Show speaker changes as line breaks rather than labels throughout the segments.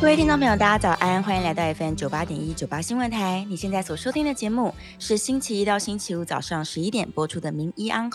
各位听众朋友，大家早安，欢迎来到 FM 九八点一九八新闻台。你现在所收听的节目是星期一到星期五早上十一点播出的《名医 Uncle》，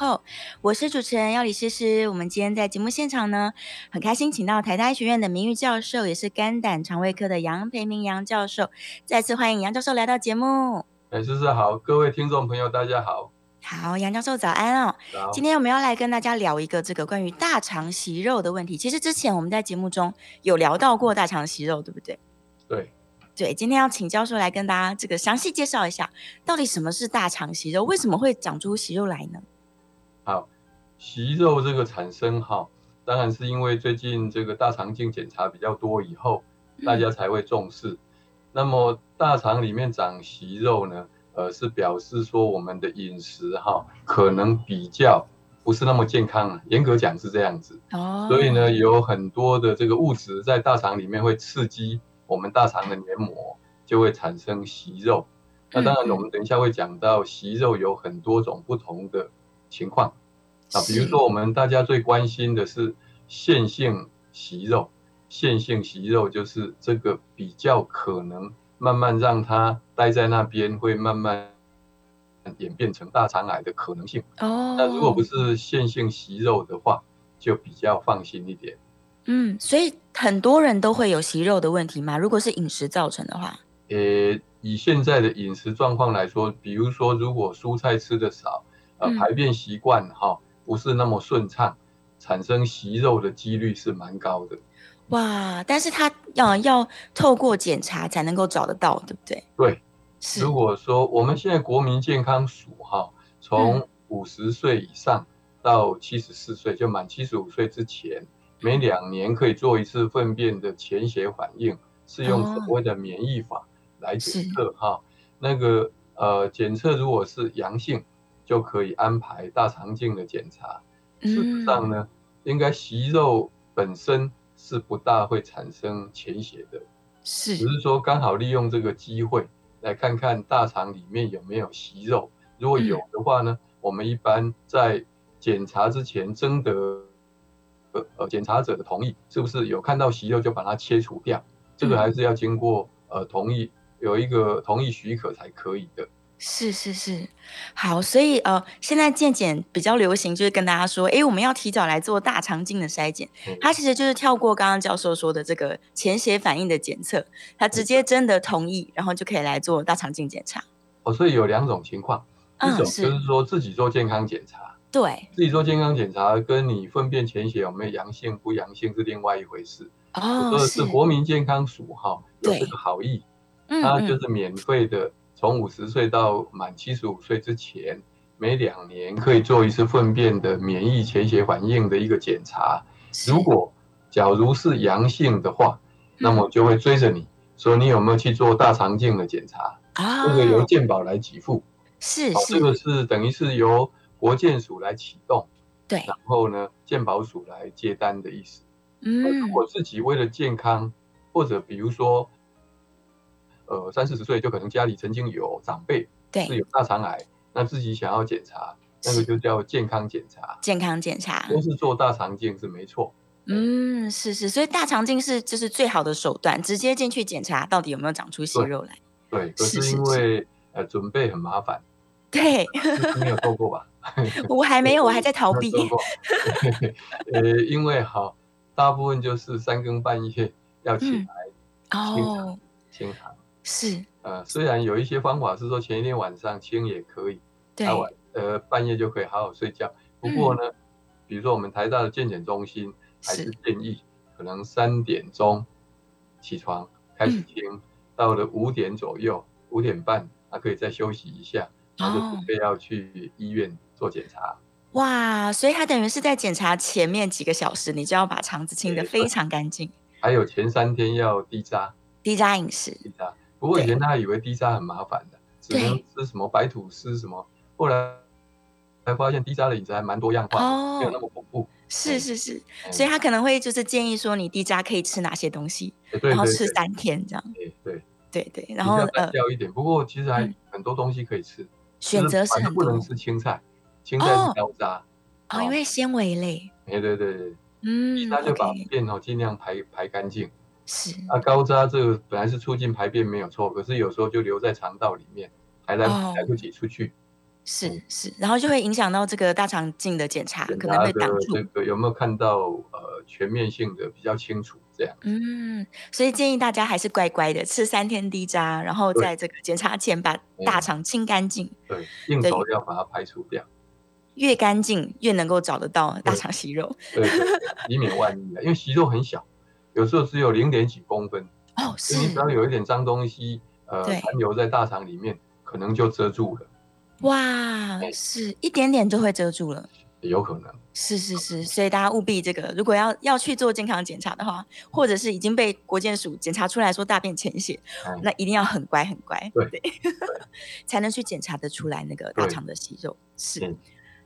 我是主持人要李诗诗。我们今天在节目现场呢，很开心请到台大医学院的名誉教授，也是肝胆肠胃科的杨培明杨教授，再次欢迎杨教授来到节目。
哎，诗诗好，各位听众朋友大家好。
好，杨教授早安哦。
好
今天我们要来跟大家聊一个这个关于大肠息肉的问题。其实之前我们在节目中有聊到过大肠息肉，对不对？
对，
对，今天要请教授来跟大家这个详细介绍一下，到底什么是大肠息肉，为什么会长出息肉来呢？
息肉这个产生哈，当然是因为最近这个大肠镜检查比较多以后，大家才会重视。那么大肠里面长息肉呢，呃，是表示说我们的饮食哈，可能比较不是那么健康了。严格讲是这样子，
哦，
所以呢，有很多的这个物质在大肠里面会刺激我们大肠的黏膜，就会产生息肉。那当然，我们等一下会讲到息肉有很多种不同的情况啊，比如
是
说我们大家最关心的是线性息肉，线性息肉就是这个比较可能慢慢让它待在那边，会慢慢演变成大肠癌的可能性。
哦，
那如果不是线性息肉的话，就比较放心一点。
嗯，所以很多人都会有息肉的问题嘛？如果是饮食造成的话，
呃，以现在的饮食状况来说，比如说如果蔬菜吃的少，呃
嗯，
排便习惯哈不是那么顺畅，产生息肉的几率是蛮高的。
哇，但是它要要透过检查才能够找得到，对不对？
对，
是，
如果说我们现在国民健康署哈，
嗯
从五十岁以上到七十四岁，就满七十五岁之前，每两年可以做一次粪便的潜血反应，是用
哦
所谓的免疫法来检
是
测哈。那个呃，检测如果是阳性，就可以安排大肠镜的检查。
嗯
事实上呢，应该息肉本身是不大会产生潜血的。
是
只是说刚好利用这个机会来看看大肠里面有没有息肉，如果有的话呢，我们一般在检查之前征得呃呃检查者的同意，是不是有看到息肉就把它切除掉？这个还是要经过呃同意，有一个同意许可才可以的。
是是是，好，所以呃，现在健检比较流行，就是跟大家说，诶，我们要提早来做大肠镜的筛检，
嗯
它其实就是跳过刚刚教授说的这个潜血反应的检测，它直接真的同意，然后就可以来做大肠镜检查。
哦，所以有两种情况，一
嗯，
种就是是说自己做健康检查，
对
自己做健康检查跟你粪便潜血有没有阳性不阳性是另外一回事。我
哦，
说的是国民健康署哈，有
对
这个好意，
嗯
它就
嗯
是免费的，从五十岁到满七十五岁之前，每两年可以做一次粪便的免疫潜血反应的一个检查。
是
如果假如是阳性的话，那么就会追着你说你有没有去做大肠镜的检查，
啊，
这个由健保来给付。
是
好，
是，
这个是等于是由国健署来启动，
对，
然后呢，健保署来接单的意思。
嗯
如，果自己为了健康，或者比如说，呃，三四十岁就可能家里曾经有长辈是
对，
有大肠癌，那自己想要检查，那个
是
就叫健康检查，
健康检查，
都是做大肠镜是没错。
嗯，是是，所以大肠镜是就是最好的手段，直接进去检查到底有没有长出息
对
肉来。
对，可
是
是
是
因为呃准备很麻烦，
对，
你没有做 过吧？
我还没有，我还在逃避
没。有做过 呃，因为哈，大部分就是三更半夜要起
嗯
来
哦，
清肠。
是，
呃，虽然有一些方法是说前一天晚上清也可以，
对，嗯
那晚呃半夜就可以好好睡觉。不过呢，比如说我们台大的健检中心还
是
是建议可能三点钟起床开始
嗯
听，到了五点左右、五点半，啊可以再休息一下，然后就
哦
准备要去医院做检查。
哇，所以它等于是在检查前面几个小时，你就要把肠子清得
对
非常干净，
还有前三天要低渣
低渣饮食。
低渣，不过以前大家以为低渣很麻烦的，只能
对
吃什么白吐司什么，后来才发现低渣的饮食还蛮多样化的，没有那
哦，
么恐怖。
是
嗯
是是，
嗯
所以他可能会就是建议说你低渣可以吃哪些东西，
哎对
然后
对
吃
对
三天这样。
对对，
对对，然后
比较单
呃，
调一点。不过其实还
嗯
很多东西可以吃，
选择
只
是
反正
很
不
多
能吃青菜，青菜
哦
是高渣。
哦，因
啊
为纤维类，
哎，对对对，
嗯
那就把
，OK，
便哦尽量排排干净。
是
那高渣这个本来是促进排便没有错，可是有时候就留在肠道里面，还来
哦
来不及出去。
是是，然后就会影响到这个大肠镜的检查，
检
可能
查
会
的
挡住
这。个有没有看到呃全面性的比较清楚这样？
嗯，所以建议大家还是乖乖的吃三天低渣，然后
对嗯
在这个检查前把
没
大
有
肠清干净，
对，应
对
酬要把它排除掉，
越干净越能够找得到大
对
肠息肉。
对对对以免万一啊。因为息肉很小，有时候只有零点几公分，
哦，
所以你
是
只要有一点脏东西，呃，
对
残留在大肠里面，可能就遮住了，
哇，
哎
是一点点就会遮住了。
也有可能。
是是是，所以大家务必这个，如果要要去做健康检查的话，或者是已经被国健署检查出来说大便潜血，
嗯
那一定要很乖很乖，
对
才能去检查得出来那个大
对
肠的息肉。是
嗯，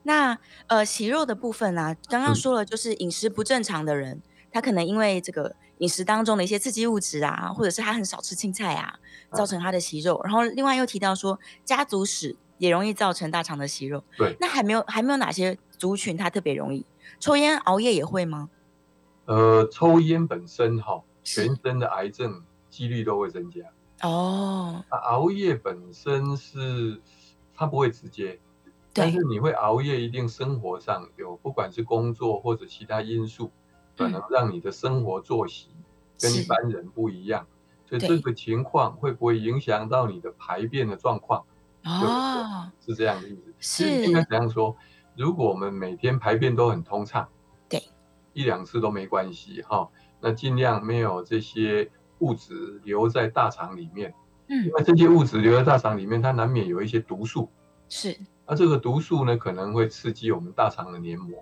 那呃息肉的部分啊，刚刚
嗯
说了，就是饮食不正常的人，他可能因为这个饮食当中的一些刺激物质啊，或者是他很少吃青菜啊，造
嗯
成他的息肉。然后另外又提到说，家族史也容易造成大肠的息肉。
对，
那还没有还没有哪些族群它特别容易？抽烟、熬夜也会吗？
呃，抽烟本身哈、
是
全身的癌症几率都会增加。
哦，
啊，熬夜本身是它不会直接，但
对
是，你会熬夜，一定生活上有不管是工作或者其他因素，可能让你的生活作息跟
嗯
一
是
般人不一样，所以
对
这个情况会不会影响到你的排便的状况？
哦，
是这样的意思。
是
应该怎样说？如果我们每天排便都很通畅，
对，
一两次都没关系哈、那尽量没有这些物质留在大肠里面，
嗯
因，为这些物质留在大肠里面，它难免有一些毒素。
是
那这个毒素呢，可能会刺激我们大肠的黏膜，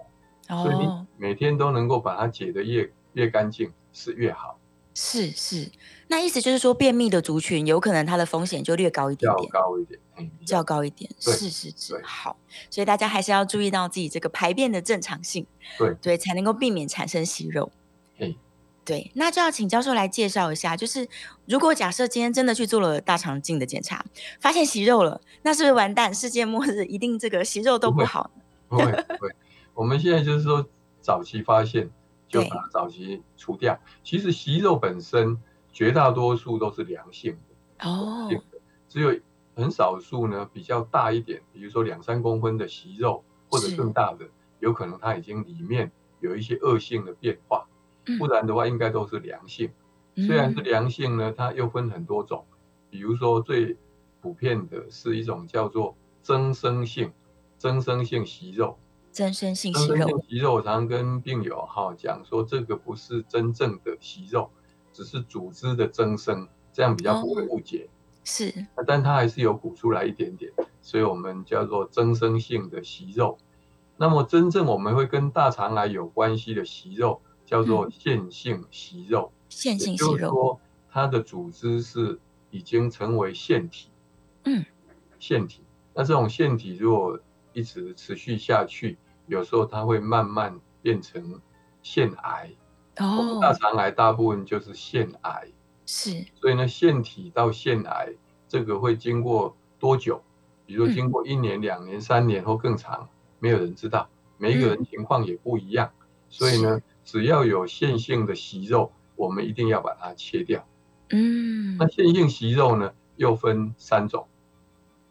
所以你
哦，
每天都能够把它解得越越干净是越好，
是是。那意思就是说，便秘的族群有可能它的风险就略高一点
较
点。
高一点，哎，比
较
较
高一点，
对
是是是
对，
好，所以大家还是要注意到自己这个排便的正常性，
对
对，才能够避免产生息肉。
嘿
对，那就要请教授来介绍一下，就是如果假设今天真的去做了大肠镜的检查，发现息肉了，那是不是完蛋？世界末日，一定这个息肉都
不
不
会
好。
不 会不会。我们现在就是说早期 发现就
对
把它早期除掉。其实息肉本身绝大多数都是良性的，
哦，
只有很少数呢比较大一点，比如说两三公分的息肉或者
是
更大的，有可能它已经里面有一些恶性的变化，
嗯
不然的话应该都是良性。虽然是
嗯
良性呢，它又分很多种，比如说最普遍的是一种叫做增生性增生性息肉。
增生性
增
息
生性
肉，
息肉，我常跟病友哈讲说，这个不是真正的息肉，只是组织的增生，这样比较不会
哦
误解。
是
那但它还是有鼓出来一点点，所以我们叫做增生性的息肉。那么真正我们会跟大肠癌有关系的息肉，叫
嗯
做线性息肉。
线
也
性息
就是
肉，
说，它的组织是已经成为腺体，
嗯，
腺体。那这种腺体如果一直持续下去，有时候它会慢慢变成腺癌。我们大
哦，
肠癌大部分就是腺癌，
是
所以呢，腺体到腺癌这个会经过多久？比如
嗯
说经过一年、两年、三年或更长，没有人知道，每一个人情况也不一样。所以
嗯
呢，只要有线性的息肉，我们一定要把它切掉。
嗯
那线性息肉呢，又分三种，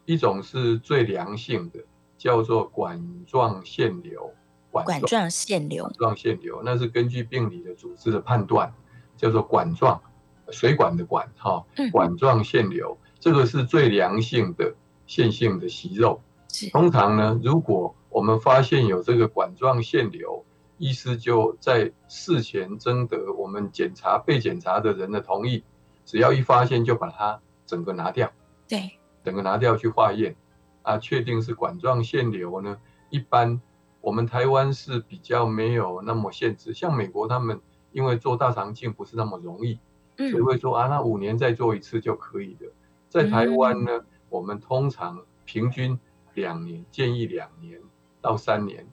一种是最良性的，叫做管状腺瘤，管
管状腺瘤，
状腺瘤，那是根据病理的组织的判断，叫做管状，水管的管哈、
嗯
管状腺瘤，这个是最良性的线性的息肉。
是
通常呢，如果我们发现有这个管状腺瘤，医师就在事前征得我们检查被检查的人的同意，只要一发现就把它整个拿掉，
对，
整个拿掉去化验，啊，确定是管状腺瘤呢。一般我们台湾是比较没有那么限制，像美国他们因为做大肠镜不是那么容易，
嗯
所以会说啊，那五年再做一次就可以的。在台湾呢，
嗯
我们通常平均两年，建议两年到三年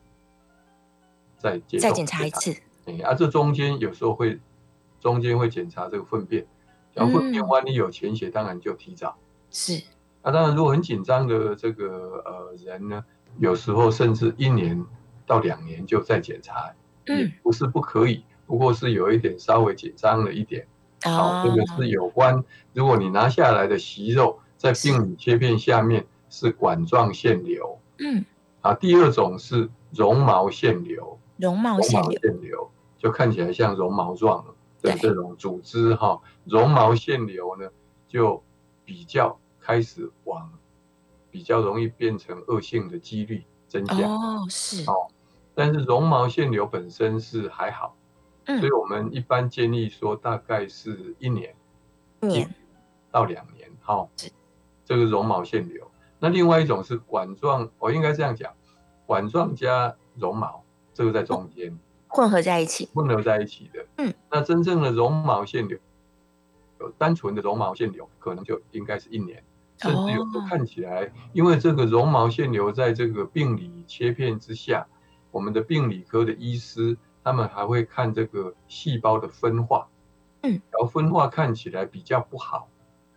再接受
再检查一。次，
哎，啊，这中间有时候会中间会检查这个粪便，假如会
嗯
变万一有潜血，当然就提早。
是，
那、啊当然，如果很紧张的这个呃人呢，有时候甚至一年到两年就再检查，也
嗯，
不是不可以，不过是有一点稍微紧张了一点。
啊哦
好，这个是有关，如果你拿下来的息肉在病理切片下面是管状腺瘤
嗯，
啊，第二种是绒毛腺瘤，
绒毛
绒
腺
毛
瘤，
腺瘤就看起来像绒毛状的
对
这种组织哈，绒毛腺瘤呢就比较开始往比较容易变成恶性的几率增加，
哦，是，
好但是绒毛腺瘤本身是还好，
嗯
所以我们一般建议说大概是一年。
一年，
到两年，哈、
是
这个绒毛腺瘤。那另外一种是管状，我应该这样讲，管状加绒毛，这个在中间
混合在一起，
混合在一起的。
嗯，
那真正的绒毛腺瘤，有单纯的绒毛腺瘤，可能就应该是一年，甚至有时候
哦
看起来，因为这个绒毛腺瘤在这个病理切片之下，我们的病理科的医师他们还会看这个细胞的分化，
嗯
然后分化看起来比较不好，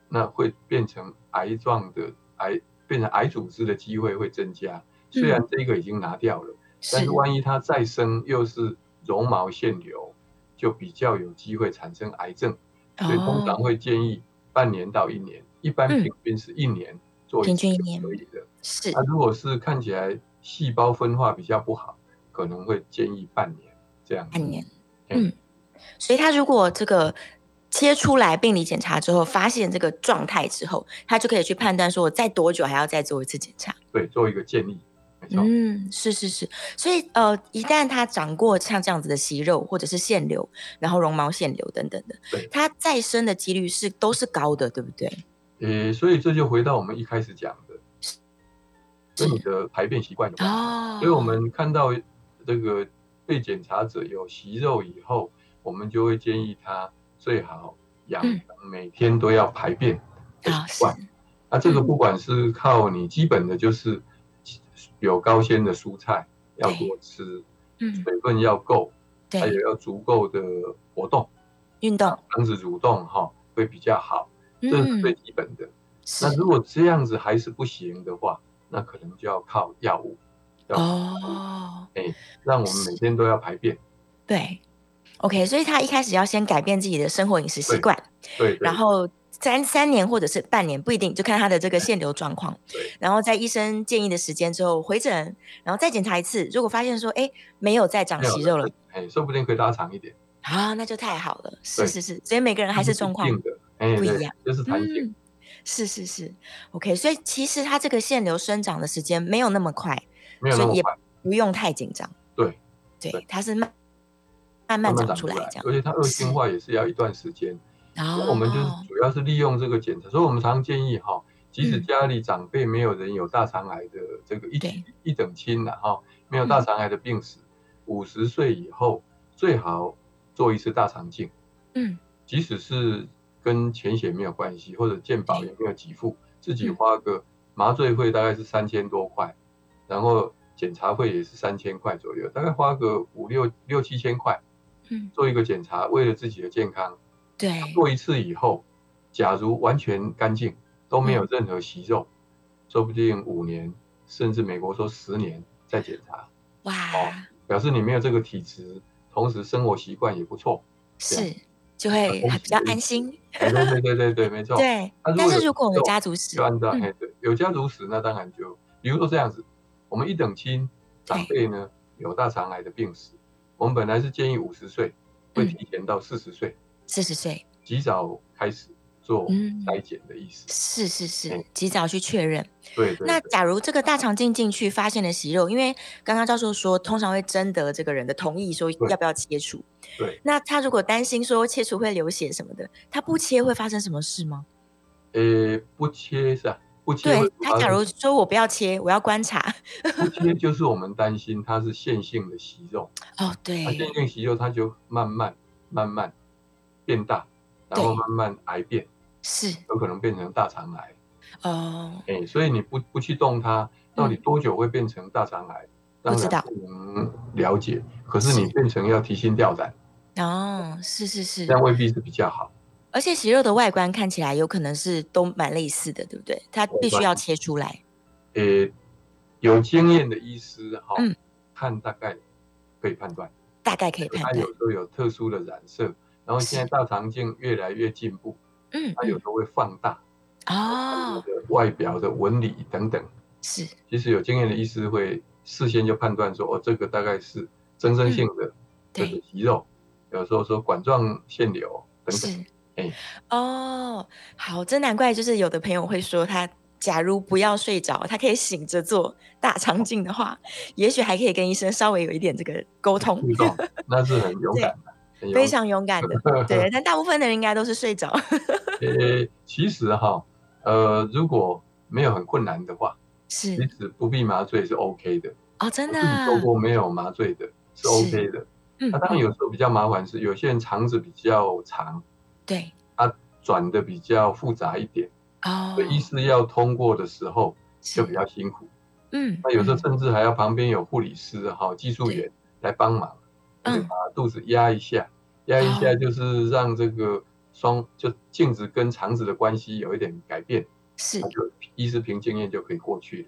那会变成癌状的癌，变成癌组织的机会会增加。
嗯
虽然这个已经拿掉了，但
是
是，万一它再生又是绒毛腺瘤，就比较有机会产生癌症，所以通常
哦，
会建议半年到一年，一般
嗯
平均是一年做一
平
次
均一
就
年
可以的。
是
那、，如果是看起来细胞分化比较不好，可能会建议半年这样。
半年，
嗯
嗯，所以他如果这个切出来病理检查之后，发现这个状态之后，他就可以去判断说，我再多久还要再做一次检查。
对，做一个建议，没错。
嗯，是是是，所以呃，一旦它长过像这样子的息肉或者是腺瘤，然后绒毛腺瘤等等的
对，
它再生的几率是都是高的，对不对？
诶，所以这就回到我们一开始讲的，跟你
是
的排便习惯有关。
哦，
所以我们看到这个被检查者有息肉以后，我们就会建议他最好养
嗯
成每天都要排便的
啊
习
是
惯。那这个
嗯
不管是靠你基本的就是有高纤的蔬菜要多吃，
嗯
水分要够，还
对，
有要足够的活动，
运动
肠子蠕动哈会比较好，这是最
嗯
基本的。
是
那如果这样子还是不行的话，那可能就要靠药物，要
哦
让我们每天都要排便。
对，OK，所以他一开始要先改变自己的生活饮食习
对
惯，
对，对
然后三三年或者是半年不一定，就看他的这个腺瘤状况
对。
然后在医生建议的时间之后回诊，然后再检查一次，如果发现说哎没有再长
没有
息肉了，，
哎，说不定可以拉长一点，
啊，那就太好了。是
对
是是，所以每个人还是状况
定的，哎，
不一
对
样，
就是弹性，
嗯，是是是，OK。所以其实它这个腺瘤生长的时间没有那么快，
没有那
所以
么
也
快，
不用太紧张。
对，
对
对，
它是慢慢慢
慢慢
长
长
出
出
来
来
这，样。哦
而且它恶性化也是要一段时间。
然
那我们就是主要是利用这个检查，所以我们常建议哈，即使
嗯
家里长辈没有人有大肠癌的这个一
对嗯
一等亲了哈，没有大肠癌的病史，五十岁以后最好做一次大肠镜，
嗯
即使是跟钱血没有关系，或者健保
对
也没有给付，自己
嗯
花个麻醉费大概是三千多块，然后检查费也是三千块左右，大概花个五六六七千块
嗯，
做一个检查，为了自己的健康，
对，
做一次以后，假如完全干净都没有
嗯
任何息肉，说不定五年甚至美国说十年再检查，
哇，
表示你没有这个体质，同时生活习惯也不 错，
是就会
恭
还
喜
比较
恭
安心。
哎对对对对对，没错。
对
那，如
但
果
是
有
如果我们
肉
家族史
就，按照
嗯
哎、对，有家如史，那当然就，比如说这样子，我们一等亲长辈呢有大肠癌的病史，我们本来是建议五十岁，会
嗯
提前到四十岁，
四十岁，
及早开始做
嗯
筛检的意思。
是是是
哎，
及早去确认。
对对
那
对
假如这个大肠镜进去发现了息肉，因为刚刚教授说，通常会征得这个人的同意，说要不要切除。
对。
那他如果担心说切除会流血什么的，他不切会发生什么事吗？，
呃、不切是吧、不切会
对
不
他，
发
假
生
如说我不要切，我要观察。
不切就是我们担心它是线性的息肉，
哦，
它 线
对，
性息肉它就慢慢慢慢变大，然后
对
慢慢癌变，
是
有可能变成大肠癌。
哦，
哎、所以你不不去动它，到底
嗯
多久会变成大肠癌？当
不知
然
道
不能了解，可是你
是
变成要提心吊胆，
哦，是是是
这，样未必是比较好。
而且息肉的外观看起来有可能是都蛮类似的，对不对？它必须要切出来。
呃，有经验的医师哈、
嗯
看大概可以判断，
大概可以判
它
断。
有时候有特殊的染色，然后现在大肠镜越来越进步，
嗯，
它有时候会放大
哦，
它的外表的纹理等等。
是
其实有经验的医师会事先就判断说，哦，这个大概是增生性的这
嗯对
个息肉，有时候说管状腺瘤等等。
是
哎，
哦，好，真难怪，就是有的朋友会说他。假如不要睡着，他可以醒着做大肠镜的话，也许还可以跟医生稍微有一点这个沟通，
互动，那是很勇敢的，很勇
非
敢。
常勇敢的。 对，但大部分的人应该都是睡着。
呃，其实哈，呃，如果没有很困难的话，其
是
实不必麻醉是 OK 的。
哦，嗯真
我
的
自
啊
己，做过没有麻醉的
是
是 OK 的。
嗯
那、当然有时候比较麻烦是，有些人肠子比较长，
嗯对
转的比较复杂一点，
哦
所，以医师要通过的时候
是
就比较辛苦。
嗯，
那有时候
嗯
甚至还要旁边有护理师哈、技术员来帮忙，就是
嗯
把肚子压一下，压一下
哦
就是让这个双就镜子跟肠子的关系有一点改变，
是
那就医师凭经验就可以过去了。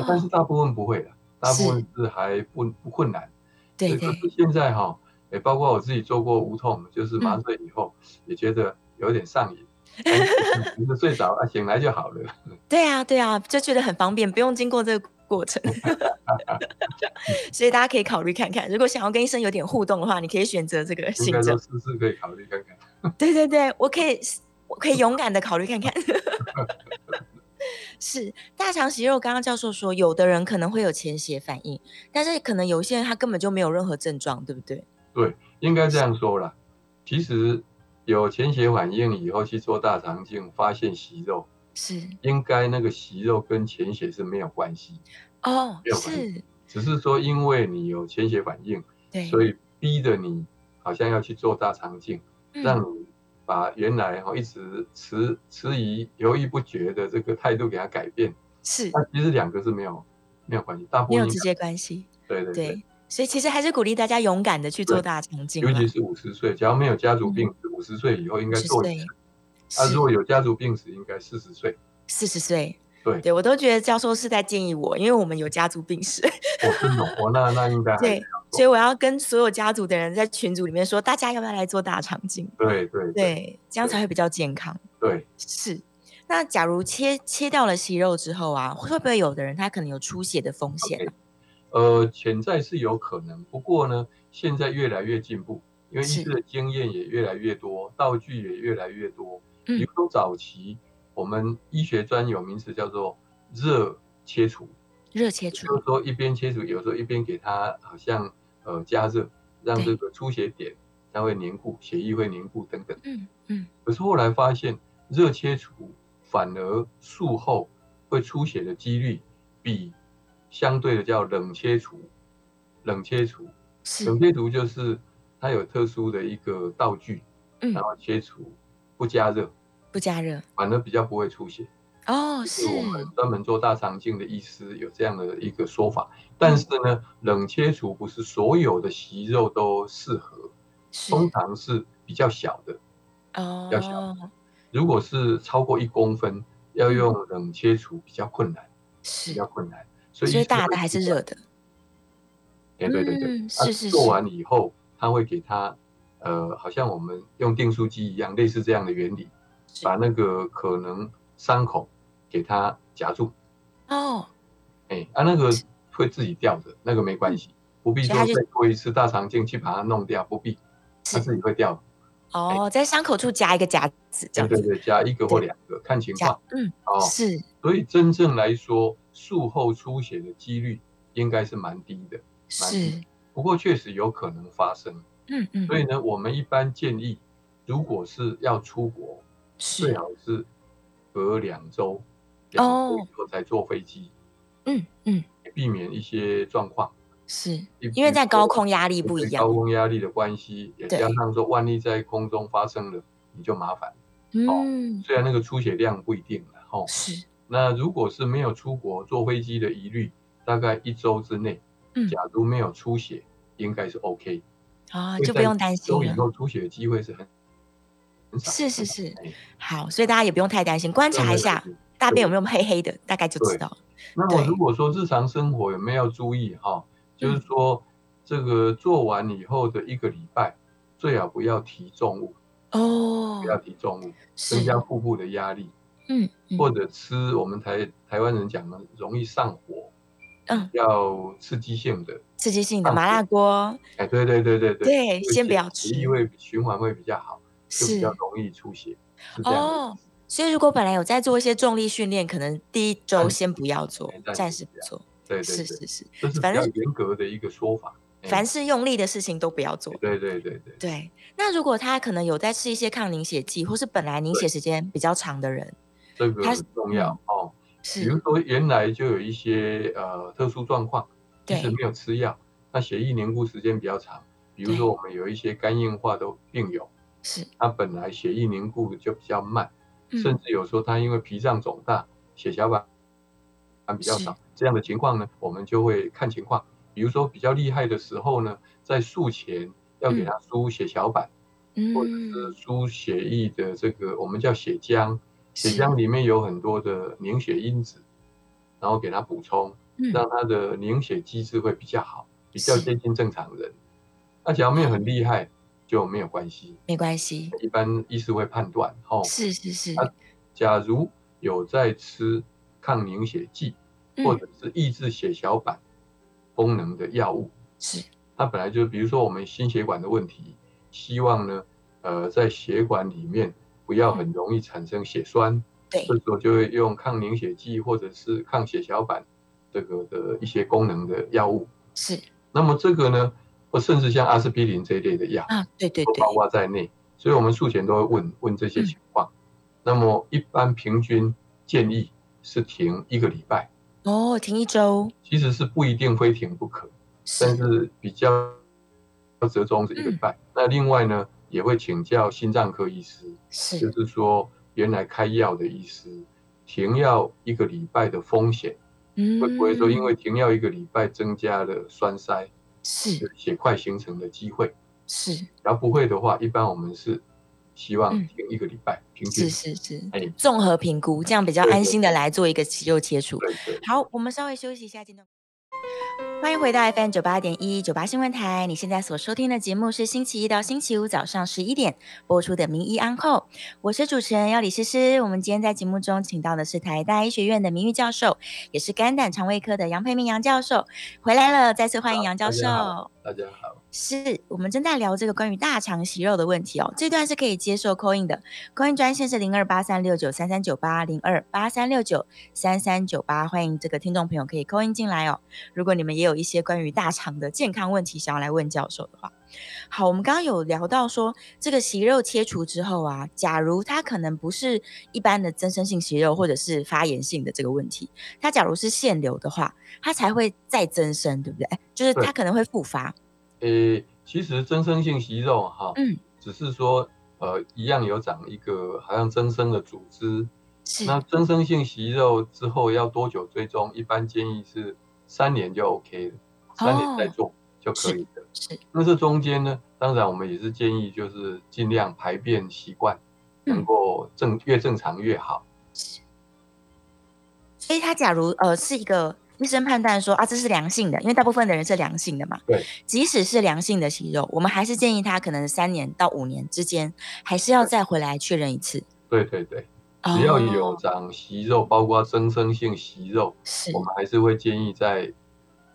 但
哦
是，大部分不会了，大部分
是
是还不不困难。
对
可
对
是现在哈、也包括我自己做过无痛，就是
嗯
麻醉以后、也觉得有点上瘾，但是 就是睡着啊，醒来就好了。
对啊对啊，就觉得很方便，不用经过这个过 程。所以大家可以考虑看看，如果想要跟医生有点互动的话，你可以选择这个
应
醒
该说
着。
试试可以考虑看看。
对对对，我可以，我可以勇敢的考虑 看看。是大肠息肉，刚刚教授说，有的人可能会有潜血反应，但是可能有一些人他根本就没有任何症状，对不对？
应该这样说啦，其实有潜血反应以后去做大肠镜，发现息肉，
是
应该那个息肉跟潜血是没有关系，
哦
没，有反应
是，
只是说因为你有潜血反应，
对，
所以逼得你好像要去做大肠镜，
嗯
让你把原来哈一直迟迟疑、犹豫不决的这个态度给它改变。
是
那其实两个是没有没有关系，大部
没
分
有
应
直接
该
关系。
对对对，
对，所以其实还是鼓励大家勇敢的去做
对
大肠镜
尤
啦
其。是五十岁，只要没有家族病史，五十岁以后应该
50
做一
嗯岁
次。
是
啊，如果有家族病史，应该四十岁。
四十岁，
对
对我都觉得教授是在建议我，因为我们有家族病史，
我是脑我哦那那应该还
对，所以我要跟所有家族的人在群组里面说，大家要不要来做大肠镜？
对对对
对，这样才会比较健康。
对，
是。那假如切切掉了息肉之后啊，会不会有的人他可能有出血的风险啊？
呃，潜在是有可能，不过呢，现在越来越进步，因为医
是
师的经验也越来越多，道具也越来越
嗯
多。比如说早期我们医学专有名词叫做热切除，
热切除
就是说一边切除，有时候一边给它好像呃加热，让这
对
个出血点它会凝固，血液会凝固等等。
嗯嗯，
可是后来发现，热切除反而术后会出血的几率比相对的叫冷切除，冷切除，
是
冷切除就是它有特殊的一个道具，
嗯
然后切除不加热，
不加热
反而比较不会出血。
哦，是
是我们专门做大肠镜的医师有这样的一个说法，
嗯
但是呢，冷切除不是所有的息肉都适合，
是
通常是比较小的。较小
哦，
如果是超过一公分，要用冷切除比较困难，比
嗯是，
较困难。所以
所以
医生
大
会
的还是
习
热
惯。
的，
哎，对对对，
嗯，
啊
是是是
做，完以后，他会给他，呃，好像我们用订书机一样，类似这样的原理，
是
把那个可能伤口给它夹住。
哦，
哎，啊，那个会自己掉的，那个没关系，不必
嗯所
说
以它就
再做一次大肠镜去把它弄掉，不必，它
是
自己会掉。
哦，在伤口处加一个夹子，这
哎，
样
对
子
对，加一个或两个，看情
夹
况，
嗯，
哦。
是
所以真正来说，术后出血的几率应该是蛮低的，
是，
不过确实有可能发生。
嗯嗯，
所以呢，我们一般建议，如果是要出国，最
是，
好是隔两周，两周
哦
以后才坐飞机，
嗯嗯
避免一些状况。
是，
因
因为在高空压力
力
不一样
高，空压力的关系，也
对
加上说万一在空中发生了，你就麻烦。
嗯，
虽然那个出血量不一定了，吼、
是，
那如果是没有出国坐飞机的疑虑，大概一周之内，
嗯
假如没有出血，应该是 OK，
啊，
所以
就不
在
用担心
周以
了，
后出血的机会是很少
是是是
哎
好，所以大家也不用太担心，观察一下
对对
大便有没有黑黑的，大概就知道了。
那么
对嗯
如果说日常生活有没有要注意哈、就是说这个做完以后的一个礼拜，最好不要提重物，
哦
不，要提重物，增
是，
加腹部的压力，
嗯，嗯
或者吃我们台台湾人讲的容易上火，
嗯，
要刺激性的，
刺激性的
上
麻辣锅，
哎，对对对对
对
对
先不要吃
因为循环会比较好，就比
是
较容易出血，是这样的。
哦。所以如果本来有在做一些重力训练，可能第一周
暂时
先不要做
哎，暂
暂
时
时
不
不做。
对对
是
对，
是是，
这是比
反
较
正
严格的一个说法。哎
凡是用力的事情都不要做。
对对对对，
对，那如果他可能有在吃一些抗凝血剂，或是本来凝血时间比较长的人，
这个
它是
很重要哦。比如
嗯是，
说原来就有一些呃特殊状况，即
对
使没有吃药，那血液凝固时间比较长。比如说我们有一些肝硬化的病友，
是，
他本来血液凝固就比较慢，甚
嗯，
至有时候他因为脾脏肿大，血小板比较少
是，
这样的情况呢，我们就会看情况。比如说比较厉害的时候呢，在术前要给他输血小板，或者是
嗯，
输血液的这个我们叫血浆，血
是
浆里面有很多的凝血因子，然后给它补充，
嗯，
让它的凝血机制会比较好，比较
是
接近正常人。那只要没有很厉害就没有关系，
没关系，
一般医师会判断。哦，
是是是，
啊假如有在吃抗凝血剂或
嗯，
者是抑制血小板功能的药物，
是，
它本来就比如说我们心血管的问题，希望呢，呃，在血管里面不要很容易产生血栓，
对
这，时候就会用抗凝血剂或者是抗血小板这个的一些功能的药物。
是
那么这个呢，或甚至像阿司匹林这一类的药
啊，对对
都
对
包，括在内，所以我们术前都会问问这些情况。
嗯
那么一般平均建议是停一个礼拜，
哦，停一周，
其实是不一定非停不可。
是，，
但是比较折中是一个礼拜。那另外呢，也会请教心脏科医师，就是是说原来开药的医师停药一个礼拜的风险，
嗯，
会不会说因为停药一个礼拜增加了栓塞、
是
血块形成的机会？
是
然后不会的话，一般我们是希望
嗯
停一个礼拜，平均
是。是是
哎，
综合评估，这样比较
对
安
对
心的来做一个肌肉接触。
对对。
好，我们稍微休息一下，间断。欢迎回到 FM 九八点一九八新闻台，你现在所收听的节目是星期一到星期五早上十一点播出的《名医安后》，我是主持人要李诗诗。我们今天在节目中请到的是台大医学院的名誉教授，也是肝胆肠胃科的杨佩明杨教授回来了，再次欢迎杨教
大家
授。
好大家好，
是我们正在聊这个关于大肠息肉的问题哦，这段是可以接受 c a in 的 c a in 专线是零二八三六九三三九八零二八三六九三三九八，欢迎这个听众朋友可以 c a in 进来哦。如果你们也有一些关于大肠的健康问题想要来问教授的话，好，我们刚刚有聊到说这个息肉切除之后啊，假如它可能不是一般的增生性息肉或者是发炎性的这个问题，它假如是腺瘤的话，它才会再增生，对不对？就是
对
它可能会复发。
诶，其实增生性息肉哈，
嗯，
只是说呃一样有长一个好像增生的组织，
是
那增生性息肉之后要多久追踪？一般建议是三年就 OK 了，三年再做就可以的。
哦是，
那这中间呢，当然我们也是建议就是尽量排便习惯
嗯
能够正越正常越好。
所以他假如呃是一个医生判断说啊这是良性的，因为大部分的人是良性的嘛，
对，
即使是良性的息肉，我们还是建议他可能三年到五年之间，还是要再回来确认一次。
对对对，只要有
哦、
长息肉，包括增生性息肉，
是
我们还是会建议在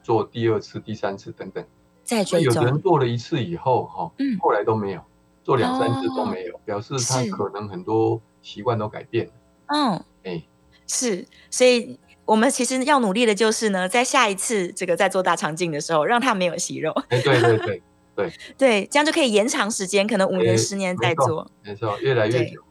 做第二次、第三次等等。
再追
有的人
踪，
做了一次以后，哈、
嗯
后来都没有，做两三次都
哦
没有，表示他
是
可能很多习惯都改变了。
嗯，
哎，
是，所以我们其实要努力的就是呢，在下一次这个在做大肠镜的时候，让他没有息肉，
哎，对对对，
对，这样就可以延长时间，可能五年、
哎
十年
没
再
错
做。
没错，越来越
对
久，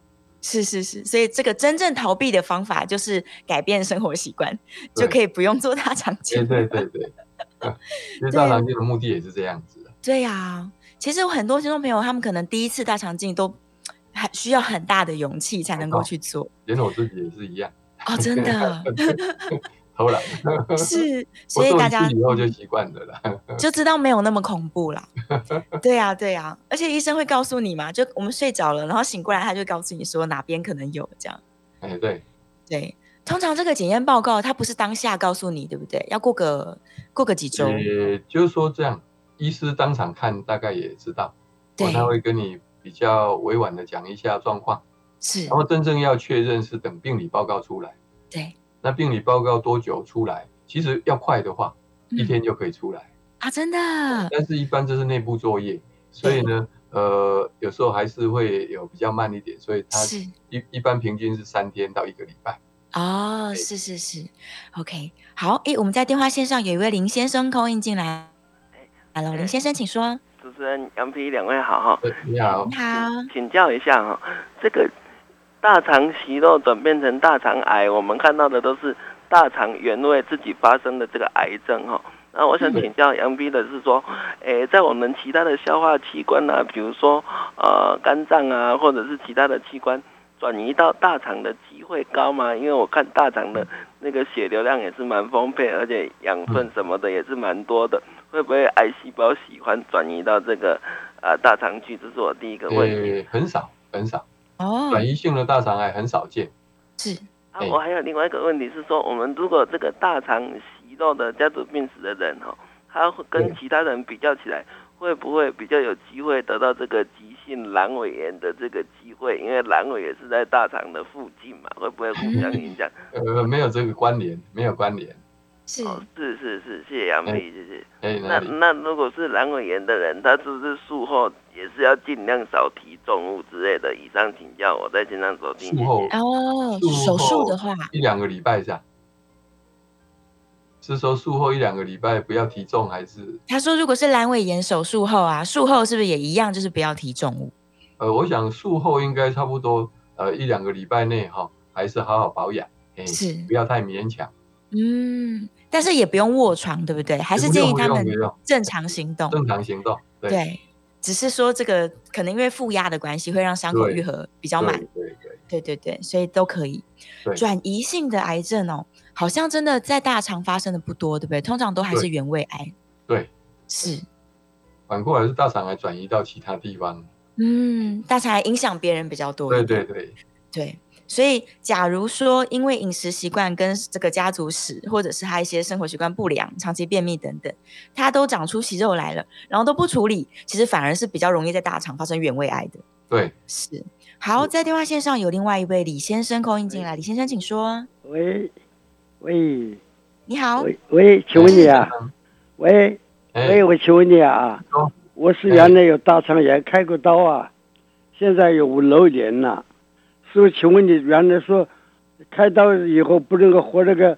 是是是，所以这个真正逃避的方法就是改变生活习惯，就
对
可以不用做大肠
哎，
镜。
对对对， 其实大肠镜的目的也是这样子啊的，
对呀、其实有很多听众朋友，他们可能第一次大肠镜都还需要
哦
很大的勇气才能够
没错
去做
连我自己也是一样，。
哦，真的
偷懒，
是，
我
所以
做
大
一
家嗯
次以后就习惯了啦。
就知道没有那么恐怖 啦。对呀、对呀、而且医生会告诉你嘛，就我们睡着了，然后醒过来他就告诉你说哪边可能有这样。
哎，对，
对，通常这个检验报告它不是当下告诉你，对不对？要过个过个几周。
也就是说这样，医师当场看大概也知道，哦
对，
他会跟你比较委婉的讲一下状况，
是
然，后真正要确认是等病理报告出来。
对，
那病理报告多久出来？其实要快的话，一
嗯
天就可以出来，
啊，真的，
但是一般这是内部作业，所以呢，呃，有时候还是会有比较慢一点，所以它
是
一一般平均是三天到一个礼拜。
哦，
对
是是是，OK，好，诶，我们在电话线上有一位林先生 call in 进来，Hello，林
哎
先生，请说。
主持人杨皮两位好哈，
呃你好
你，好，
请教一下哈，这个大肠息肉转变成大肠癌，我们看到的都是大肠原位自己发生的这个癌症哈。那我想
嗯
请教杨斌的是说，诶，在我们其他的消化器官啊，比如说呃肝脏啊，或者是其他的器官转移到大肠的机会高吗？因为我看大肠的那个血流量也是蛮丰沛，而且养分什么的也是蛮多的，会不会癌细胞喜欢转移到这个呃大肠去？这是我第一个问题。
呃，很少很少，
哦，
转移性的大肠癌很少见。
是
啊，
哎
我还有另外一个问题是说，我们如果这个大肠息肉的家族病史的人哈、哦，他会
对
跟其他人比较起来，会不会比较有机会得到这个急性阑尾炎的这个机会？因为阑尾也是在大肠的附近嘛，会不会互相影响？
呃，没有这个关联，没有关联。
是
哦，是是是，谢谢杨
哎
丽，谢谢。
嗯哎，哪
那
里？
那如果是阑尾炎的人，他是不是术后也是要尽量少提重物之类的？以上请教，我在线上收听。
术后
哦，手
术
术
后
的话，
一两个礼拜这样，是说术后一两个礼拜不要提重，还是
他说如果是阑尾炎手术后啊，术后是不是也一样，就是不要提重物？
呃，我想术后应该差不多呃一两个礼拜内哈，还是好好保养，哎，
是
不要太勉强，
嗯，但是也不用卧床，对不对？还是
不
建议
用不
他
用
们
不用
正常行动。
正常行动，对对
对，只是说这个可能因为负压的关系，会让伤口
对
愈合比较慢。
对对，
对对对，所以都可以
对。
转移性的癌症哦，好像真的在大肠发生的不多，对不对？通常都还是
对
原位癌。
对，
是，
反过来是大肠癌转移到其他地方，
嗯，大肠癌影响别人比较多
对
一点。
对对，
对，所以假如说因为饮食习惯跟这个家族史，或者是他一些生活习惯不良、长期便秘等等，他都长出息肉来了，然后都不处理，其实反而是比较容易在大肠发生原位癌的。
对，
是，好，在电话线上有另外一位李先生扣印进来，李先生请说。
喂，喂，
你好，
喂，喂，请问你啊？喂，
哎
喂，，我请问你啊
说？
我是原来有大肠炎，开过刀啊，现在有五楼年了。师傅，请问你原来说开刀以后不能够喝那个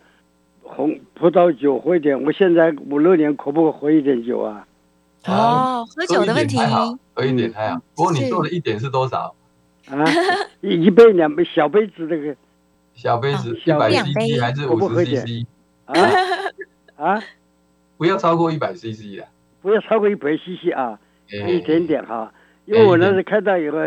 红葡萄酒喝一点，我现在五六年可不可以喝一点酒啊？
哦，喝酒的问题
喝一点还好，喝一
嗯
点还好，不过你
是
做的一点是多少？
啊，一一杯两杯小杯子那个
小杯子一
小
百
两哦杯
CC 还是
我不
五
喝
十
一点
CC？
啊啊，
不要超过一百 CC 的，
不要超过一百 CC 啊。
哎
一点点哈，因为我那时开刀以后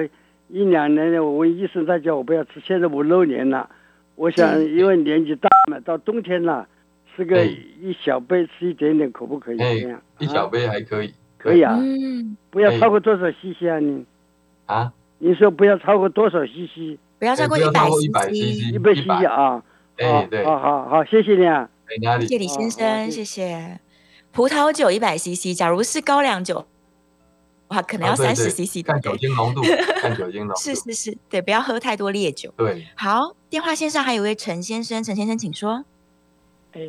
一两年呢，我问医生，他叫我不要吃，现在五六年了，我想
嗯
因为年纪大嘛，到冬天了，吃个
哎
一小杯，吃一点点，可不可以？
哎
这样
一小
啊
杯还可以
可以啊，
嗯，
不要
哎
超过多少 CC 啊？你
啊，
你说不要超过多少 CC？
不要超
哎
过
不要超过
一百
100cc
一杯
100
CC 啊？
哎
哦
好
对，
好好好，谢谢你啊。
在哪
谢
里？
谢李先
哦
生，
哦
谢谢。葡萄酒一百 CC，假如是高粱酒，哇，可能
啊
要
对
三十
对
CC 的
看。酒精浓度，看酒精浓度，
是是是，对，不要喝太多烈酒。
对，
好，电话线上还有一位陈先生，陈先生请说。
哎，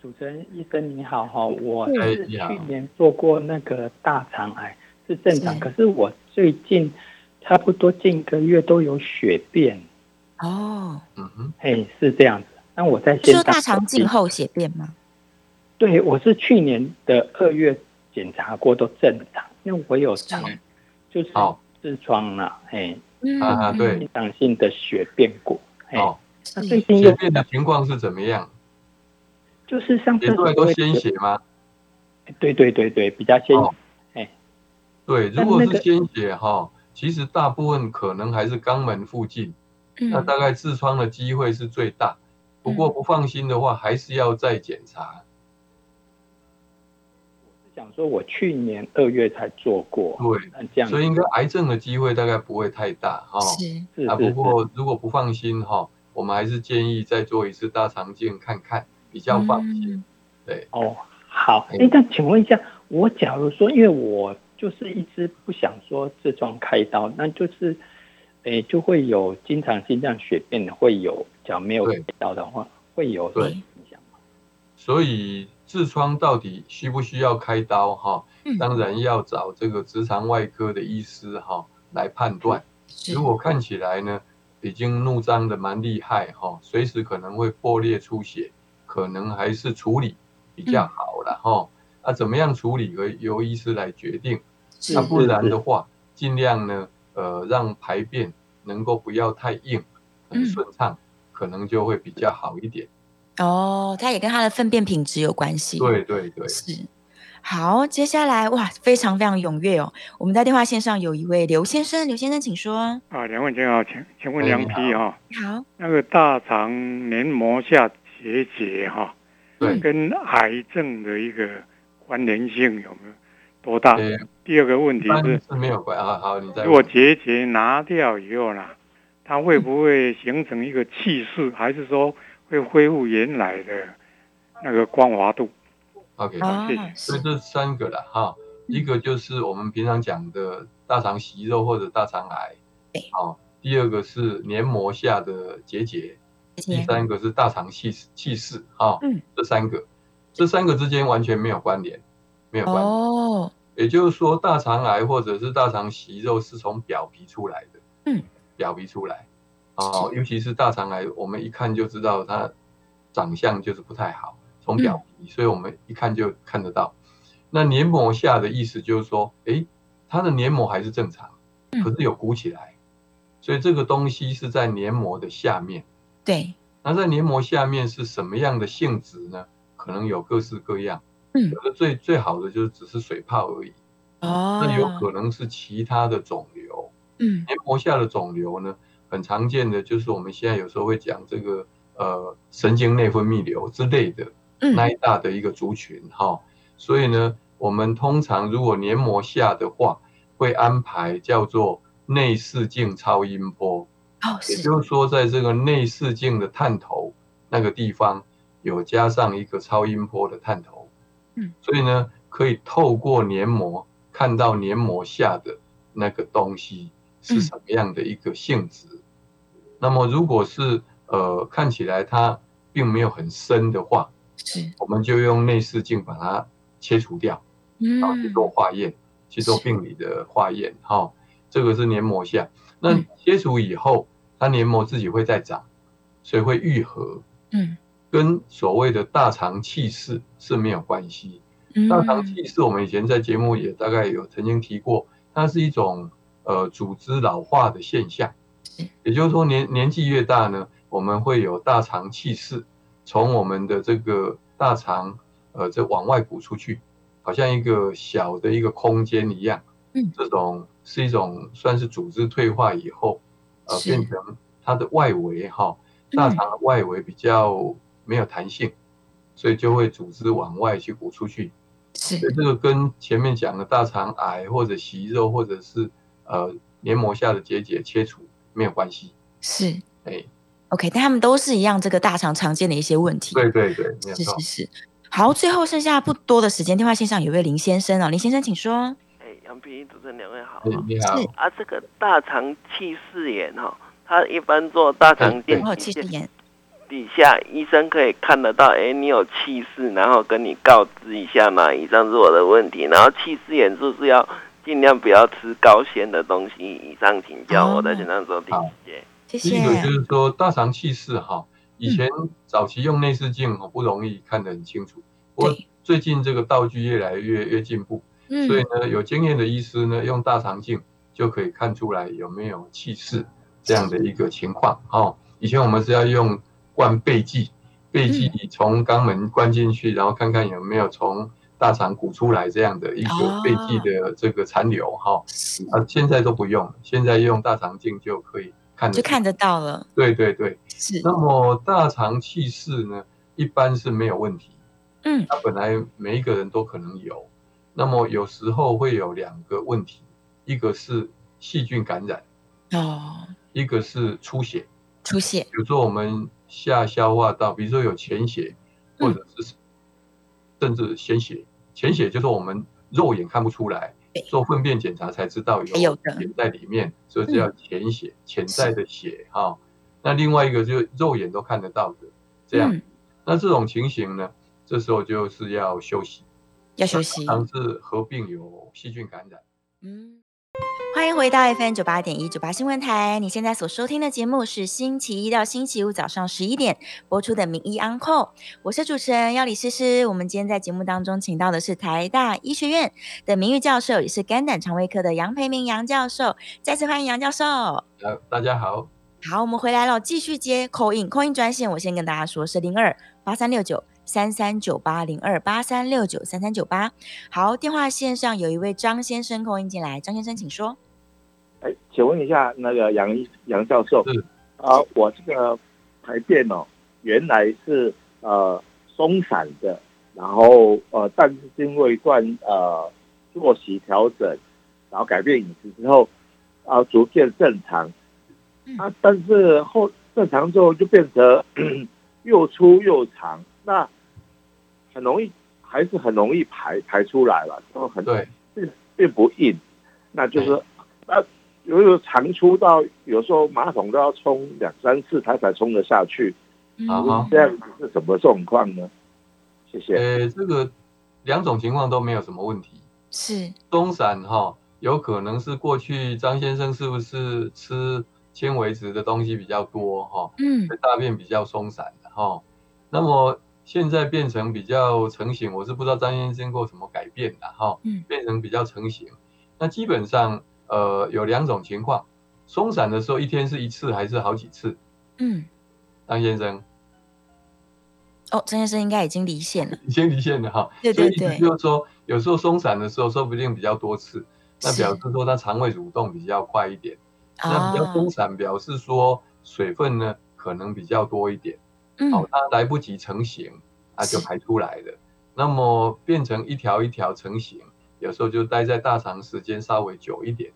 主持人医生你好哈，我
哎
是
你好
去年做过那个大肠癌，是正常，
是
可是我最近差不多近一个月都有血便，
哦，
嗯哼，
哎，是这样子。那我在
是
线
说
上
大肠镜
有
后血便吗？
对，我是去年的二月检查过都正常，因为我有肠
是
就是
哦
痔疮啦，哎，
嗯
啊啊对
经常性的血便过，哎，
哦，
那
是
最近
血
又
便的情况是怎么样？
就是上
血
厕
出来
所
都
会
鲜
有，
血吗？
对对对对，比较鲜
哦对，如
但
果
呃
那
是
个
鲜血哈，其实大部分可能还是肛门附近，那
嗯
大概痔疮的机会是最大。不过不放心的话，还是要再检查。
想说我去年二月才做过，
对，
那这样
所以应该癌症的机会大概不会太大哈。
是，
是
啊，
是
不过如果不放心哈，我们还是建议再做一次大肠镜看看，比较放心。
嗯
对，
哦，好，
哎
哎，那请问一下，我假如说，因为我就是一直不想说痔疮开刀，那就是，哎，就会有经常心脏血便的，会有，假如没有
对
开刀的话，会有
对
影响吗
所以痔疮到底需不需要开刀哈？
嗯
当然要找这个直肠外科的医师哈来判断。
是
如果看起来呢，已经怒张的蛮厉害哈，随时可能会破裂出血，可能还是处理比
嗯
较好了哈。啊，怎么样处理由由医师来决定。
是
那不然的话，尽量呢，呃，让排便能够不要太硬，很
嗯
顺畅，可能就会比较好一点。
哦，它也跟它的粪便品质有关系。
对对对，
是。好，接下来哇，非常非常踊跃哦！我们在电话线上有一位刘先生，刘先生请说。
啊，两位你好，请请问
哎
梁
你
批哈，
你好，
那个大肠黏膜下结节哈，
对
跟癌症的一个关联性有没有多大？
呃，
第二个问题
但
是，
是没有关啊。好，你再
如果
问。
结节拿掉以后呢，它会不会形成一个气势，还是说会恢复原来的那个光滑度？
OK，
啊
嗯谢谢，
所以
是，
这三个了哈，一个就是我们平常讲的大肠息肉或者大肠癌
对，
好、第二个是黏膜下的结节第
谢
三个是大肠气气室哈，
嗯
这三个，这三个之间完全没有关联，没有关联。
哦，
也就是说，大肠癌或者是大肠息肉是从表皮出来的，
嗯，
表皮出来，哦，尤其是大肠癌，我们一看就知道它长相就是不太好，从表
嗯
皮，所以我们一看就看得到。那黏膜下的意思就是说，诶，它的黏膜还是正常，
嗯
可是有鼓起来，所以这个东西是在黏膜的下面。
对，
那在黏膜下面是什么样的性质呢？可能有各式各样，
嗯
有的最最好的就是只是水泡而已，
哦，
嗯那有可能是其他的肿瘤。
嗯，
黏膜下的肿瘤呢，很常见的就是我们现在有时候会讲这个呃神经内分泌瘤之类的
嗯
那一大的一个族群哈、所以呢，我们通常如果黏膜下的话，会安排叫做内视镜超音波。
哦，
也
是，
就是说，在这个内视镜的探头那个地方有加上一个超音波的探头，
嗯，
所以呢，可以透过黏膜看到黏膜下的那个东西是什么样的一个性质。那么，如果是呃看起来它并没有很深的话，
是，
我们就用内视镜把它切除掉。然后去
嗯，
做化验，去做病理的化验，哈、这个是黏膜下。那
嗯
切除以后，它黏膜自己会再长，所以会愈合，
嗯，
跟所谓的大肠气室是没有关系。大肠
嗯
气室我们以前在节目也大概有曾经提过，它是一种呃组织老化的现象
是，
也就是说年年纪越大呢，我们会有大肠气室从我们的这个大肠呃这往外鼓出去，好像一个小的一个空间一样。
嗯，
这种是一种算是组织退化以后，呃
是嗯
变成它的外围哈，大肠的外围比较没有弹性，所以就会组织往外去鼓出去。所以
是，
这个跟前面讲的大肠癌或者息肉或者是呃黏膜下的结节切除没有关系。
是
哎，
，OK，但他们都是一样，这个大肠常见的一些问题。
对对对，没有
是
错
是。是。好，最后剩下不多的时间，电话线上有位林先生哦，林先生请说。
哎，杨斌主持人两位好、
哎，你好，
是
啊，这个大肠气室炎哈、他一般做大肠
对
镜
对
哦，
底
气
下
质炎，
底下，医生可以看得到，哎，你有气室，然后跟你告知一下嘛，以上是我的问题，然后气室炎是不是要尽量不要吃高纤的东西？以上请教，
哦
我在线上收听，谢谢。
谢
第
谢
一。个就是说大肠气室哈，以前早期用内视镜哦不容易看得很清楚，不过
对
最近这个道具越来越越进步，
嗯
所以呢，有经验的医师呢，用大肠镜就可以看出来有没有气室这样的一个情况哦。以前我们是要用灌背剂，背剂
嗯
从肛门灌进去，然后看看有没有从大肠鼓出来这样的一
哦
个背剂的这个残留哈。哦
是
啊，现在都不用了，现在用大肠镜就可以看得
就
到
看得到了，
对对对。
是，
那么大肠气室呢，一般是没有问题。
嗯，
它本来每一个人都可能有，那么有时候会有两个问题，一个是细菌感染，
哦，
一个是出血。
出血，
比如说我们下消化道，比如说有潜血，
嗯
或者是甚至鲜血。潜血就是我们肉眼看不出来
对，
做粪便检查才知道
还有
有
的嗯
盐在里面，所以这叫潜血，潜在的血哈、那另外一个就是肉眼都看得到的，这样。
嗯，
那这种情形呢，这时候就是要休息，
要休息，
常是合并有细菌感染。
嗯。欢迎回到 FM 九八点一九八新闻台，你现在所收听的节目是星期一到星期五早上十一点播出的《名医安扣》，我是主持人要李诗诗。我们今天在节目当中请到的是台大医学院的名誉教授，也是肝胆肠胃科的杨培明杨教授，再次欢迎杨教授。
啊，大家好，
好，我们回来了，继续接口音，口音专线，我先跟大家说是零二八三六九三三九八零二八三六九三三九八。好，电话线上有一位张先生口音进来，张先生请说。
哎，请问一下那个杨医杨教授，
是
啊、我这个排便哦，原来是呃松散的，然后呃，但是经过一段呃作息调整，然后改变饮食之后，啊、逐渐正常
嗯，
啊，但是后正常之后就变成 又粗又长，那很容易还是很容易排排出来了，就很
对，
并不硬，那就是那有时候长出到有时候马桶都要冲两三次，它才冲得下去。
好
哦
好
这样子是什么状况呢？谢谢。
呃，这个两种情况都没有什么问题。
是
松散哈、有可能是过去张先生是不是吃纤维质的东西比较多哈、
嗯
大便比较松散的哈、那么现在变成比较成型，我是不知道张先生经过什么改变的哈、
嗯
变成比较成型。那基本上呃有两种情况，松散的时候一天是一次还是好几次？
嗯，
张先生
哦，张先生应该已经离线了，
你先离线的哈，
对
所以
对对
意思就是说有时候松散的时候说不定比较多次，那
是
表示说它肠胃蠕动比较快一点。那比较
哦
松散，表示说水分呢可能比较多一点，
嗯
好、它来不及成型，它就是排出来了。那么变成一条一条成型，有时候就待在大肠时间稍微久一点，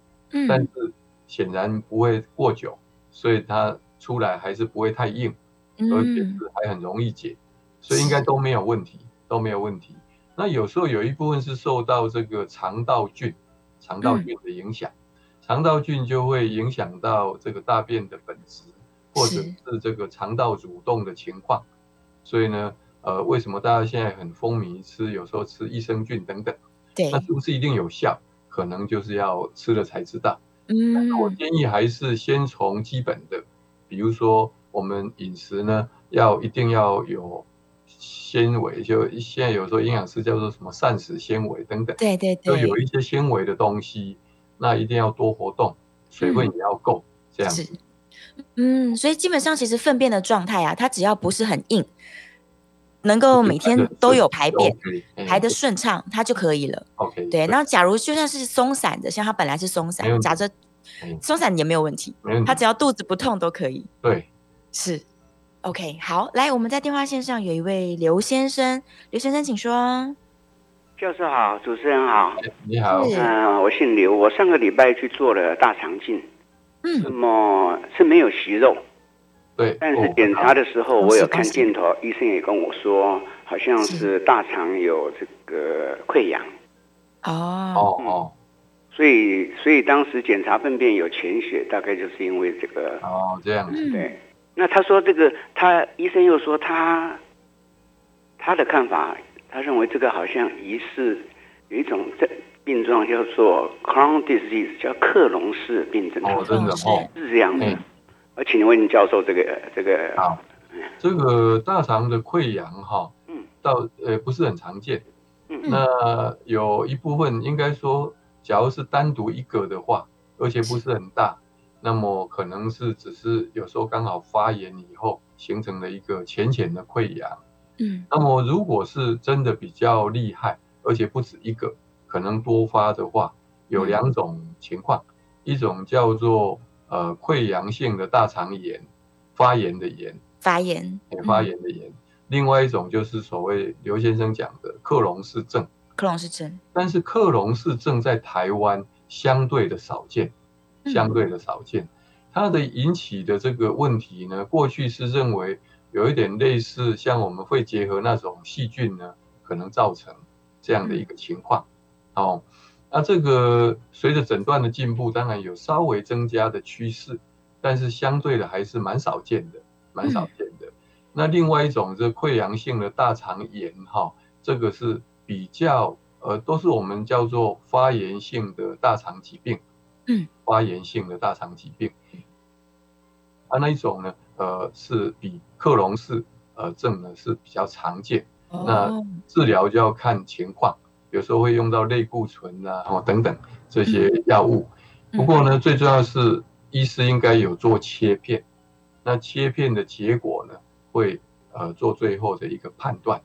但
嗯
是显然不会过久，所以它出来还是不会太硬，而且
嗯
是还很容易解，所以应该都没有问题，都没有问题。那有时候有一部分是受到这个肠道菌、肠
嗯
道菌的影响，肠道菌就会影响到这个大便的本质，或者是这个肠道蠕动的情况。所以呢，呃，为什么大家现在很风靡吃，有时候吃益生菌等等，
对
那是不是一定有效？可能就是要吃了才知道。
嗯
我建议还是先从基本的，比如说我们饮食呢，要一定要有纤维，就现在有时候营养师叫做什么膳食纤维等等，
对对
就
对
有一些纤维的东西，那一定要多活动，水分也要够，这样
嗯是嗯，所以基本上其实粪便的状态啊，它只要不是很硬，能够每天都有排便。排的
是
顺畅，它就可以了。
哎 OK，
对，那假如就算是松散的，像它本来是松
没
散，
问题
夹着
嗯
松散也没有问题，
没问
它
题，
只要肚子不痛都可以。
对，
是，OK，好，来，我们在电话线上有一位刘先生，刘先生请说。
教授好，主持人好。
你好，
是
嗯、我姓刘，我上个礼拜去做了大肠镜，那
嗯，
么是没有息肉，
对，
但是
哦
检查的时候
恭
我
喜
有看
恭喜
镜头，医生也跟我说，好像
是
是大肠有这个溃疡，
哦，
哦哦
所以所以当时检查粪便有潜血，大概就是因为这个。
哦，这样子，
嗯，
对，那他说这个，他医生又说他他的看法，他认为这个好像疑似有一种症病状叫做 Crohn disease，叫克隆氏病症，
哦，真的
嗯是
哦。
是这样的
嗯。
我请问教授，这个这个
好这个大肠的溃疡哈，
嗯，
到呃不是很常见，
嗯
那有一部分应该说，假如是单独一个的话，而且不是很大，那么可能是只是有时候刚好发炎以后形成了一个浅浅的溃疡。
嗯，
那么如果是真的比较厉害，而且不止一个，
嗯
可能多发的话，有两种情况，一种叫做呃溃疡性的大肠炎，发炎的炎，
发炎
也发炎的炎。另外一种就是所谓刘先生讲的克隆氏症，
克隆氏症，
但是克隆氏症在台湾相对的少见，
嗯
相对的少见。它的引起的这个问题呢，过去是认为有一点类似像我们会结合那种细菌呢，可能造成这样的一个情况。哦，那这个随着诊断的进步，当然有稍微增加的趋势，但是相对的还是蛮少见的，蛮少见的。那另外一种是溃疡性的大肠炎，哈、这个是比较呃，都是我们叫做发炎性的大肠疾病。
嗯，
发炎性的大肠疾病。啊，那一种呢，呃，是比克隆氏呃症呢是比较常见。那
哦，
治疗就要看情况，有时候会用到类固醇啊、哦等等这些药物。
嗯
不过呢，最重要是医师应该有做切片，那切片的结果呢，会呃做最后的一个判断。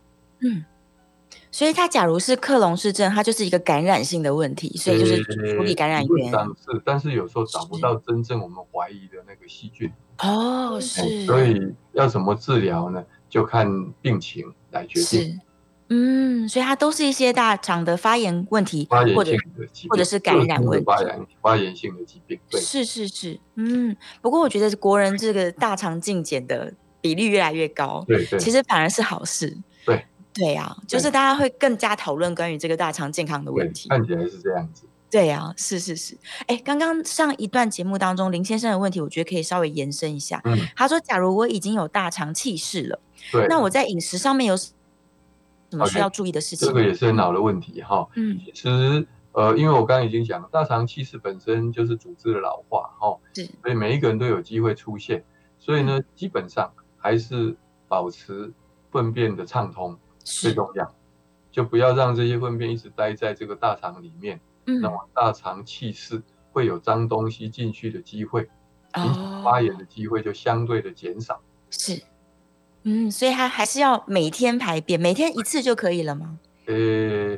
所以它假如是克隆氏症，它就是一个感染性的问题，所以就是处理感染
理论
源。
上是，但是有时候找不
是
到真正我们怀疑的那个细菌，
哦，是
哎，所以要怎么治疗呢？就看病情来决定
是，嗯，所以它都是一些大肠的发炎问题，
发炎
或者
性的疾病，
或者是感染
恶
问
性的
题
发炎发炎性的疾病，对。
是是是，嗯，不过我觉得国人这个大肠镜检的比例越来越高，
对对，
其实反而是好事。
对
对啊，就是
对
大家会更加讨论关于这个大肠健康的问
对
题。
看起来是这样子。
对啊，是是是。哎，刚刚上一段节目当中，林先生的问题，我觉得可以稍微延伸一下。
嗯，
他说，假如我已经有大肠气室了，
对。
那我在饮食上面有什么需
OK，
要注意的事情
这
吗？
个也是很好的问题哈。
嗯，
其实呃，因为我刚刚已经讲了，大肠憩室本身就是组织的老化哈，
是
所以每一个人都有机会出现。所以
嗯
呢，基本上还是保持粪便的畅通最
是，
重要，就不要让这些粪便一直待在这个大肠里面，
嗯
那，么大肠憩室会有脏东西进去的机会，引起
哦，
发炎的机会就相对的减少。
是，嗯，所以他还是要每天排便，每天一次就可以了吗？
呃，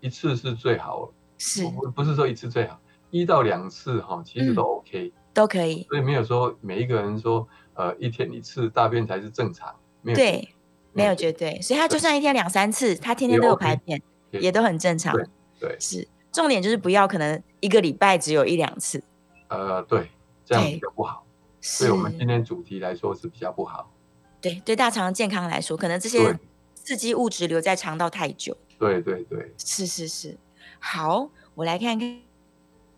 一次是最好，
是，
不不是说一次最好，一到两次哈，其实都
嗯
OK，、
都可以。
所以没有说每一个人说呃一天一次大便才是正常，没有
对，没有
绝
绝对，所以他就算一天两三次，他天
也
天都有
OK，
排便，
对
也都很正常。
对
是重点就是不要可能一个礼拜只有一两次。
呃对，这样
对
比较不好，
是
对我们今天主题来说是比较不好，
对对大肠健康来说，可能这些
对
刺激物质留在肠道太久。
对对对，
是是是，好，我来看看。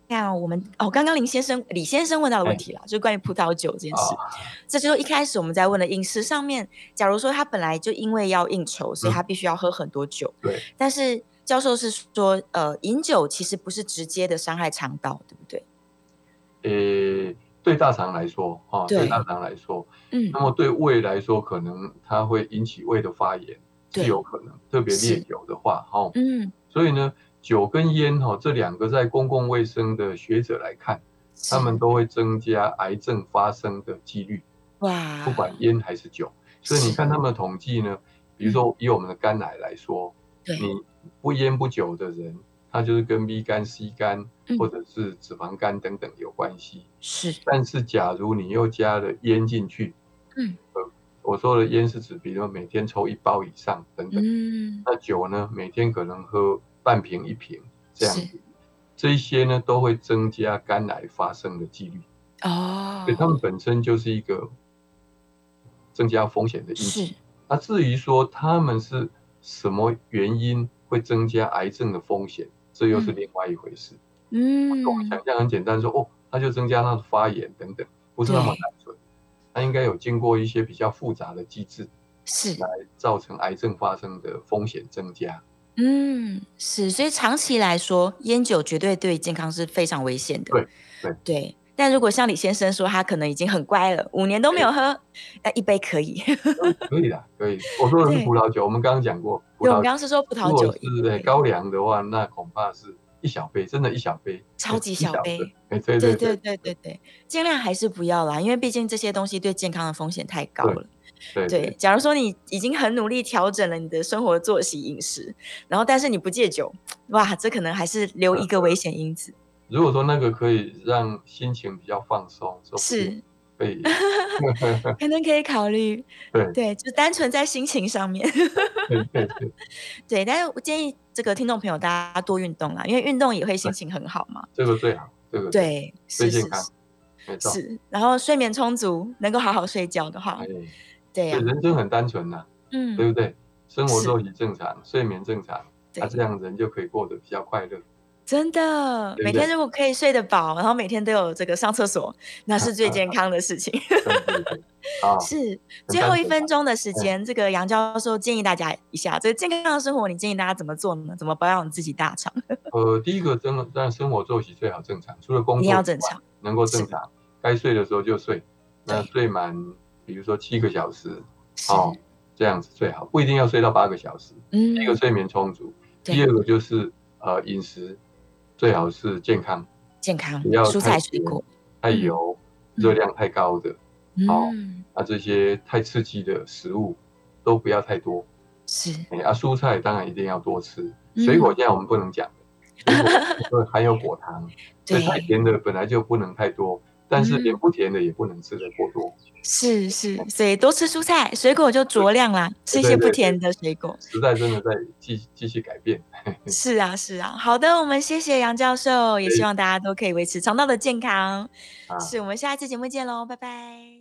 看我们哦，刚刚林先生、李先生问到的问
哎
题啦，就关于葡萄酒这件
啊
事。这就是一开始我们在问的饮食上面，假如说他本来就因为要应酬，所以
嗯
他必须要喝很多酒。
对。
但是教授是说，呃，饮酒其实不是直接的伤害肠道，对不对？
呃对大肠来说哈，
对
对大肠来说，
嗯
那，么对胃来说可能它会引起胃的发炎是
对
有可能，特别
是
烈酒的话哈，
嗯，
所以呢，酒跟烟哈、这两个在公共卫生的学者来看，他
是
们都会增加癌症发生的几率，
哇，
不管烟还是酒。所以你
啊是
看他们的统计呢，比如说以我们的肝癌来说，
对
你不烟不酒的人，他就是跟 B 肝、C 肝
嗯
或者是脂肪肝等等有关系。
是
但是假如你又加了烟进去，
嗯，
呃，我说的烟是指，比如说每天抽一包以上等等。
嗯
那酒呢，每天可能喝半瓶一瓶这样
是
子，这一些呢都会增加肝癌发生的几率，
哦
所以，它们本身就是一个增加风险的因素。
是
那至于说他们是什么原因会增加癌症的风险，这又是
嗯
另外一回事。
嗯
我们想象很简单说，哦，它就增加它的发炎等等，不是那么
对
单纯，它应该有经过一些比较复杂的机制
是
来造成癌症发生的风险增加。
嗯是，所以长期来说，烟酒绝对对健康是非常危险的。
对对
对但如果像李先生说，他可能已经很乖了，五年都没有喝，那一杯可以。
可以的，可以。我说的是
对
葡萄酒，我们刚刚讲过葡
因为 我
萄
们刚。
酒
刚是说葡
如
萄
果
酒
是
一
呃
杯
高粱的话，那恐怕是一小杯，真的一小杯，
超级
很
小
的
杯。
哎，对
对
对
对对对对，尽量还是不要啦，因为毕竟这些东西对健康的风险太高
对
了。
对
对，假如说你已经很努力调整了你的生活
嗯
作息、饮食，然后但是你不戒酒，哇，这可能还是留一个危险因子。
如果说那个可以让心情比较放松，说不定
是，
可以
可能可以考虑。
对
对，就单纯在心情上面。
对对对
对，但是我建议这个听众朋友大家多运动啦，因为运动也会心情很好嘛。
这个最好，这个
对，
最
是是
健康，没错
是。。是然后睡眠充足，能够好好睡觉的话
哎，，
对呀、
对人生很单纯呐，
嗯，
对不对？生活
是
作息正常，睡眠正常，
对
那这样人就可以过得比较快 乐。
真的，
对不
每
对
天如果可以睡得饱，然后每天都有这个上厕所，那是最健康的事 情。
对对对，啊，
是
很嗯
最
单
后一
纯
分
吧
钟的时间，这个杨教授建议大家一下，这个健康的生活，你建议大家怎么做呢？怎么保养自己大肠？
呃，第一个真的让生活作息最好正常，除了工
一定
作
要
之
正
外
常，
能够
是
正常，该睡的时候就睡，那
对
睡满比如说七个小时，
是，
哦，这样子最好，不一定要睡到八个小时。
嗯
第一，个睡眠充足，第
对
二，个就是呃饮食最好是健康，
健康，
不要
嗯蔬
太
菜水
甜
果，
太
嗯
油、热量太高的好
嗯，
啊这些太刺激的食物都不要太多。
是，
哎啊，蔬菜当然一定要多吃，
嗯
水果现在我们不能讲的，水果会含有果糖，所以太
对，
甜的本来就不能太多，但是
嗯
连不甜的也不能吃的过多。
是是，所以多吃蔬菜，水果就酌量啦，吃一些
对
不
对
甜的水果。
时代真的在继继续改变，
是啊，是啊。好的，我们谢谢杨教授，也
对
希望大家都可以维持肠道的健康。
啊
是我们下一次节目见喽，拜拜。